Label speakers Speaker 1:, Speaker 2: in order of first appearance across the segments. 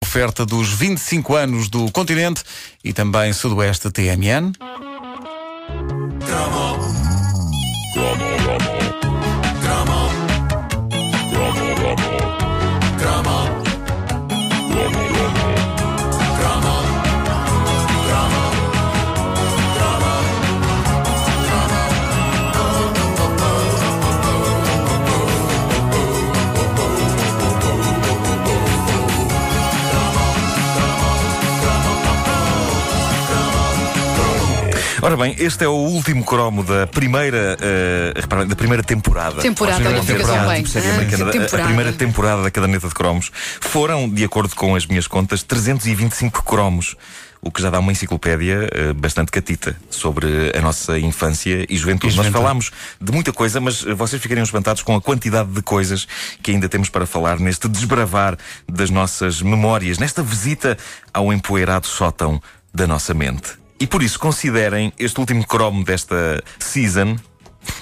Speaker 1: oferta dos 25 anos do continente e também Sudoeste TMN.
Speaker 2: Ora bem, este é o último cromo da primeira, eh, repara, da primeira temporada.
Speaker 3: Temporada,
Speaker 2: Vocês
Speaker 3: olha,
Speaker 2: não
Speaker 3: fica
Speaker 2: têm
Speaker 3: tão
Speaker 2: temporada,
Speaker 3: bem.
Speaker 2: tipo série
Speaker 3: Ah,
Speaker 2: americana, a-
Speaker 3: temporada.
Speaker 2: A primeira temporada da caderneta de cromos foram, de acordo com as minhas contas, 325 cromos. O que já dá uma enciclopédia eh, bastante catita sobre a nossa infância e juventude.
Speaker 1: E
Speaker 2: Nós
Speaker 1: juventude.
Speaker 2: falámos de muita coisa, mas eh, vocês ficariam espantados com a quantidade de coisas que ainda temos para falar neste desbravar das nossas memórias, nesta visita ao empoeirado sótão da nossa mente. E por isso, considerem este último cromo desta season.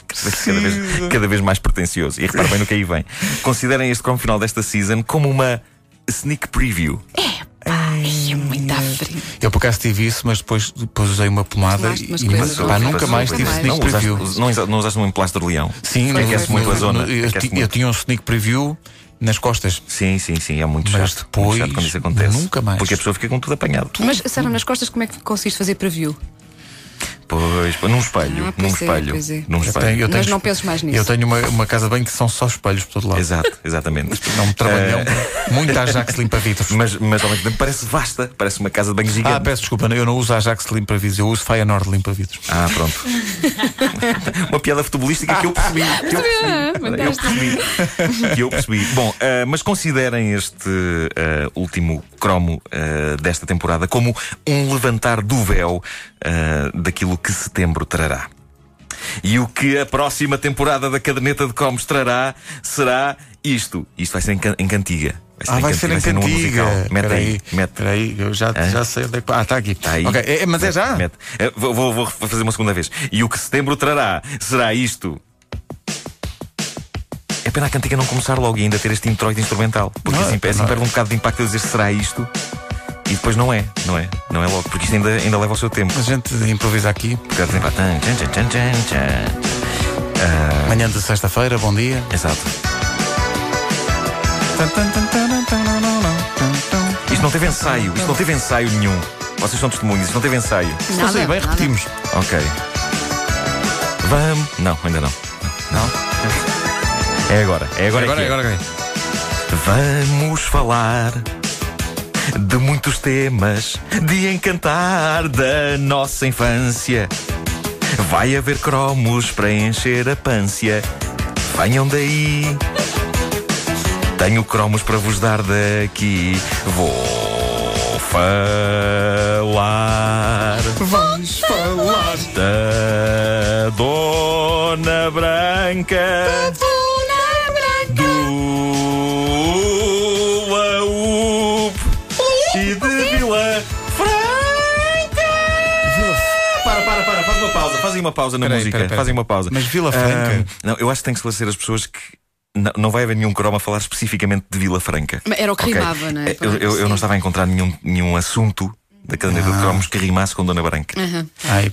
Speaker 2: Cada vez, cada vez mais pretencioso. E repara bem no que aí vem. Considerem este cromo final desta season como uma sneak preview.
Speaker 3: Ai, é muito à frente.
Speaker 1: Eu por acaso tive isso, mas depois, depois usei uma pomada
Speaker 3: Usaste umas
Speaker 1: e
Speaker 3: coisas
Speaker 1: pá,
Speaker 3: horríveis.
Speaker 1: nunca mais tive
Speaker 3: Não,
Speaker 1: sneak
Speaker 2: não usaste,
Speaker 1: preview.
Speaker 2: não usaste- não usaste um emplastro de leão.
Speaker 1: Sim,
Speaker 3: Foi, foi,
Speaker 2: muito a zona,
Speaker 1: Eu,
Speaker 2: aquece
Speaker 1: ti- eu
Speaker 2: muito.
Speaker 1: tinha um sneak preview nas costas.
Speaker 2: Sim, sim, sim, é muito
Speaker 1: Mas
Speaker 2: chato.
Speaker 1: depois,
Speaker 2: muito chato quando isso acontece.
Speaker 1: nunca mais.
Speaker 2: Porque a pessoa fica com tudo apanhado.
Speaker 3: Mas, Sara, nas costas, como é que conseguiste fazer preview?
Speaker 2: Pois, pois, num espelho,
Speaker 3: Ah,
Speaker 2: num
Speaker 3: pois é,
Speaker 2: espelho.
Speaker 3: pois é.
Speaker 2: Num
Speaker 1: Eu
Speaker 2: espelho.
Speaker 1: eu
Speaker 3: Mas não penses mais nisso.
Speaker 1: Eu tenho uma, uma casa bem que são só espelhos por todo lado.
Speaker 2: Exato, exatamente. Eh,
Speaker 1: Não me trabalhão. Muito Ajax limpa vidros.
Speaker 2: Mas, mas ao mesmo tempo parece vasta, parece uma casa de banho gigante.
Speaker 1: Ah, peço desculpa, eu não uso Ajax limpa vidros, eu uso Feyenoord limpa vidros.
Speaker 2: Ah, pronto. Uma piada futebolística que eu percebi. Que eu percebi. Eu percebi. Que eu percebi. Bom, ah, mas considerem este ah, último cromo ah, desta temporada como um levantar do véu ah, daquilo que setembro trará. E o que a próxima temporada da caderneta de cromos trará será isto. Isto vai ser em, can- em cantiga.
Speaker 1: Ah, vai ser em
Speaker 2: numa
Speaker 1: cantiga.
Speaker 2: é musical. Mete aí, mete.
Speaker 1: Peraí, eu já,
Speaker 2: Hã?
Speaker 1: já sei onde é que. Ah, está aqui.
Speaker 2: Tá aí.
Speaker 1: Ok, é- é- mas é
Speaker 2: Mete,
Speaker 1: já?
Speaker 2: mete. Eh, Vou, vou- vou fazer uma segunda vez. E o que setembro trará será isto. É pena a cantiga não começar logo e ainda ter este introito instrumental. Porque
Speaker 1: Não,
Speaker 2: assim,
Speaker 1: é,
Speaker 2: assim
Speaker 1: não é.
Speaker 2: perde um bocado de impacto eu dizer será isto. E depois não é, não é? Não é logo, porque isto ainda, ainda leva o seu tempo.
Speaker 1: A gente improvisa aqui.
Speaker 2: Porque há de sempre, tan, tan, tan, tan, tan. Tá.
Speaker 1: Manhã de sexta-feira, bom dia.
Speaker 2: Exato. Isto não teve ensaio, isto não teve ensaio nenhum. Vocês são testemunhas, isto não teve ensaio.
Speaker 1: Não sei, assim, bem, repetimos.
Speaker 2: Ok. Vamos. Não, ainda não.
Speaker 1: Não?
Speaker 2: É agora. É agora,
Speaker 1: Agora,
Speaker 2: é que é.
Speaker 1: agora, agora.
Speaker 2: Vamos falar de muitos temas de encantar da nossa infância. Vai haver cromos para encher a pância. Venham daí. Tenho cromos para vos dar daqui. Vou falar
Speaker 1: Vamos falar.
Speaker 2: da Dona Branca. do Laúb e de Vila Franca. Para, para, para, faz uma pausa, fazem uma pausa na
Speaker 1: Peraí,
Speaker 2: música,
Speaker 1: pera, pera.
Speaker 2: fazem uma pausa.
Speaker 1: Mas Vila Franca?
Speaker 2: Ah, não, eu acho que tem que esclarecer as pessoas que não, não vai haver nenhum croma a falar especificamente de Vila Franca.
Speaker 3: Mas era o que
Speaker 2: Ok.
Speaker 3: rimava, não é?
Speaker 2: Eh, Eu, eu- eu não estava a encontrar nenhum, nenhum assunto da caderneta de cromos que rimasse com Dona Branca.
Speaker 1: Ai,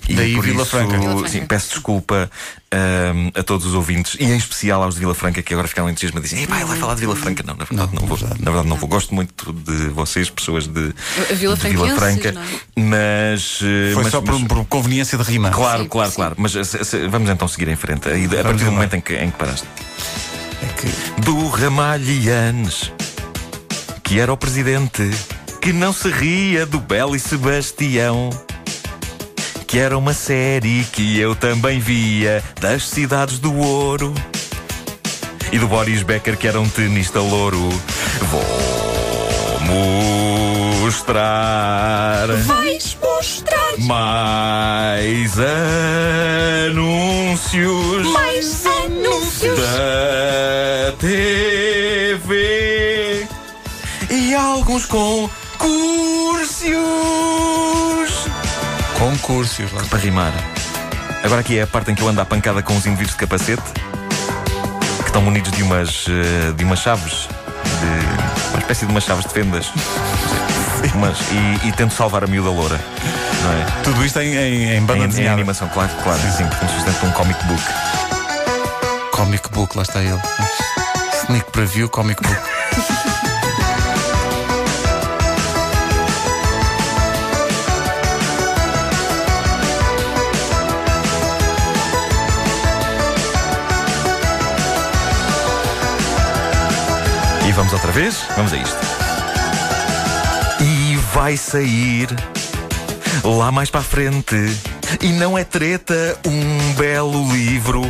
Speaker 2: E
Speaker 1: Ah. daí
Speaker 2: por
Speaker 1: Vila
Speaker 2: isso,
Speaker 1: Franca.
Speaker 2: Sim, peço desculpa ahm, a todos os ouvintes e em especial aos de Vila Franca que agora ficaram entusiasmados e dizem: vai lá falar de Vila Franca. Não, na verdade não,
Speaker 1: Não,
Speaker 2: vou.
Speaker 1: na verdade
Speaker 2: Na verdade não vou. Gosto muito de vocês, pessoas de,
Speaker 3: A Vila
Speaker 2: de Vila
Speaker 3: Franquenses,
Speaker 2: Franca,
Speaker 3: não é?
Speaker 2: mas. eh,
Speaker 1: Foi
Speaker 2: mas-
Speaker 1: só por, um
Speaker 2: mas-
Speaker 1: por conveniência de rima.
Speaker 2: Claro,
Speaker 3: Sim,
Speaker 2: claro,
Speaker 3: sim.
Speaker 2: claro. Mas eh, se- se- vamos então seguir em frente. E de- A partir do
Speaker 1: embora.
Speaker 2: momento em que, em que paraste.
Speaker 1: É que-
Speaker 2: Do Ramalhianes, que era o presidente, que não se ria do Belo e Sebastião. Que era uma série que eu também via das cidades do ouro. E do Boris Becker, que era um tenista louro. Vou mostrar
Speaker 3: Vais mostrar
Speaker 2: mais anúncios
Speaker 3: mais anúncios.
Speaker 2: da TV e alguns concursos.
Speaker 1: Concursos. lá.
Speaker 2: Para rimar. Agora aqui é a parte em que eu ando à pancada com os indivíduos de capacete que estão munidos de umas, eh, de umas chaves, de uma espécie de umas chaves de fendas. Mas, e, e tento salvar a miúda loura. Não é?
Speaker 1: Tudo isto em, em, em banda
Speaker 2: Em- Em,
Speaker 1: desenhada.
Speaker 2: animação, claro, claro. Sim, como se fosse dentro de um comic book.
Speaker 1: Comic Book, lá está ele. Sneak Preview, Comic Book.
Speaker 2: E vamos outra vez? Vamos a isto. E vai sair lá mais para a frente. E não é treta, um belo livro.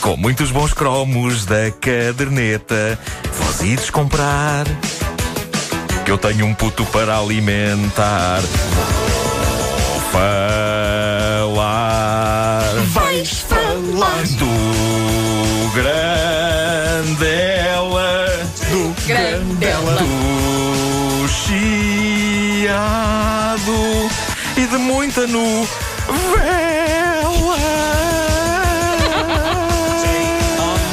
Speaker 2: Com muitos bons cromos da caderneta. Vós ides comprar. Que eu tenho um puto para alimentar. Vou falar
Speaker 3: Vais falar
Speaker 2: do Grandela do
Speaker 3: grandela.
Speaker 2: do Chiado e de muita novela.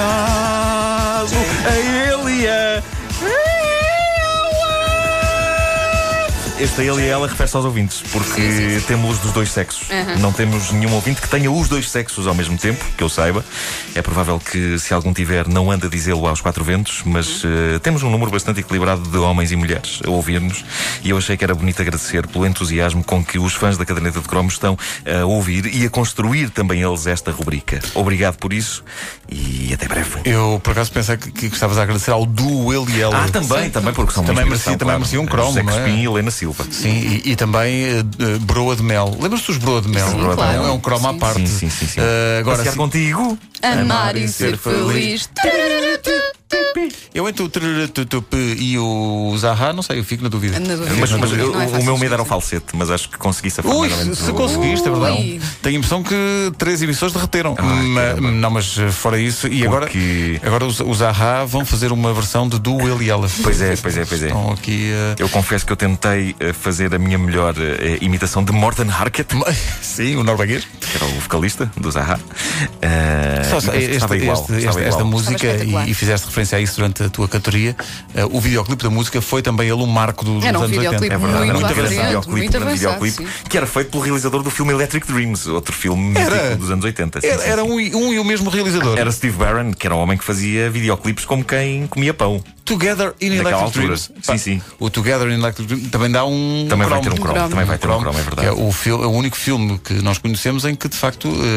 Speaker 2: Obrigado a ele e a ela. Este a ele e a ela refere-se aos ouvintes, porque
Speaker 3: Sim, sim,
Speaker 2: temos dos dois sexos.
Speaker 3: Aham.
Speaker 2: Não temos nenhum ouvinte que tenha os dois sexos ao mesmo tempo, que eu saiba. É provável que, se algum tiver, não anda a dizê-lo aos quatro ventos, mas
Speaker 3: Uhum.
Speaker 2: eh, temos um número bastante equilibrado de homens e mulheres a ouvir-nos. E eu achei que era bonito agradecer pelo entusiasmo com que os fãs da Caderneta de Cromos estão a ouvir e a construir também eles esta rubrica. Obrigado por isso e até breve.
Speaker 1: Eu, por acaso, pensei que, que gostavas de agradecer ao duo ele e ela.
Speaker 2: Ah, também, também, porque são uma
Speaker 1: Também
Speaker 2: inspiração,
Speaker 1: merecia- também merecia um cromo,
Speaker 2: José
Speaker 1: não é?
Speaker 2: Crispim e Helena Silva.
Speaker 1: Sim, e, e também eh, eh, broa de mel. Lembras-te dos broa de mel?
Speaker 3: Sim,
Speaker 1: Broa de
Speaker 3: claro.
Speaker 1: mel É um cromo à
Speaker 3: Sim,
Speaker 1: parte.
Speaker 2: Sim, sim, sim. sim.
Speaker 1: Eh, agora,
Speaker 2: Passear
Speaker 1: sim,
Speaker 2: contigo.
Speaker 3: Amar e ser feliz.
Speaker 1: eu entre o trururu, tu, tu, pe e o Zaha, não sei, eu fico na dúvida.
Speaker 3: Na dúvida.
Speaker 2: Mas, mas
Speaker 3: Não é
Speaker 2: eu-
Speaker 3: fácil
Speaker 2: o meu medo
Speaker 3: esquecer.
Speaker 2: era o falsete, mas acho que consegui safar.
Speaker 1: Ui,
Speaker 2: mais ou
Speaker 1: se,
Speaker 2: menos
Speaker 1: se
Speaker 2: o-
Speaker 1: conseguiste, é verdade.
Speaker 3: Ui.
Speaker 1: Tenho a impressão que três emissões derreteram. Ma- não, mas eh, fora isso. E agora,
Speaker 2: Porque-
Speaker 1: agora os, os Zaha vão fazer uma versão de do ele e ela.
Speaker 2: Pois é, pois é, pois é.
Speaker 1: Estão aqui. eh,
Speaker 2: Eu confesso que eu tentei eh, fazer a minha melhor eh, imitação de Morten Harket,
Speaker 1: ma- Sim, o norueguês.
Speaker 2: que era o vocalista do Zaha. Eh,
Speaker 1: Só- só-
Speaker 2: mas
Speaker 1: este-
Speaker 2: estava
Speaker 1: este-
Speaker 2: igual,
Speaker 1: este-
Speaker 2: estava
Speaker 1: esta-
Speaker 2: igual.
Speaker 1: Esta música,
Speaker 3: Estava espetacular.
Speaker 1: e, e fizeste referência a isso durante a tua cantoria, eh, o videoclipe da música foi também ele um marco do- dos
Speaker 3: Era um
Speaker 1: anos 80.
Speaker 3: videoclipe
Speaker 2: É verdade,
Speaker 3: Muito
Speaker 2: era um grande
Speaker 3: avançado,
Speaker 2: videoclipe,
Speaker 3: muito
Speaker 2: um grande
Speaker 3: avançado,
Speaker 2: videoclipe,
Speaker 3: sim.
Speaker 2: que era feito pelo realizador do filme Electric Dreams, outro filme
Speaker 1: Era.
Speaker 2: mítico dos anos 80. sim,
Speaker 1: Era,
Speaker 2: sim,
Speaker 1: era
Speaker 2: sim.
Speaker 1: um, e- um e o mesmo realizador.
Speaker 2: Era Steve Barron, que era um homem que fazia videoclipes como quem comia pão.
Speaker 1: Together in
Speaker 2: Naquela
Speaker 1: Electric
Speaker 2: altura.
Speaker 1: Dreams.
Speaker 2: Sim, sim.
Speaker 1: O Together in Electric Dreams também dá um.
Speaker 2: Também vai
Speaker 1: cromo.
Speaker 2: ter um cromo,
Speaker 3: cromo.
Speaker 2: também vai ter um cromo, é
Speaker 1: É
Speaker 2: verdade.
Speaker 1: o, fil- é o único filme que nós conhecemos em que, de facto, eh,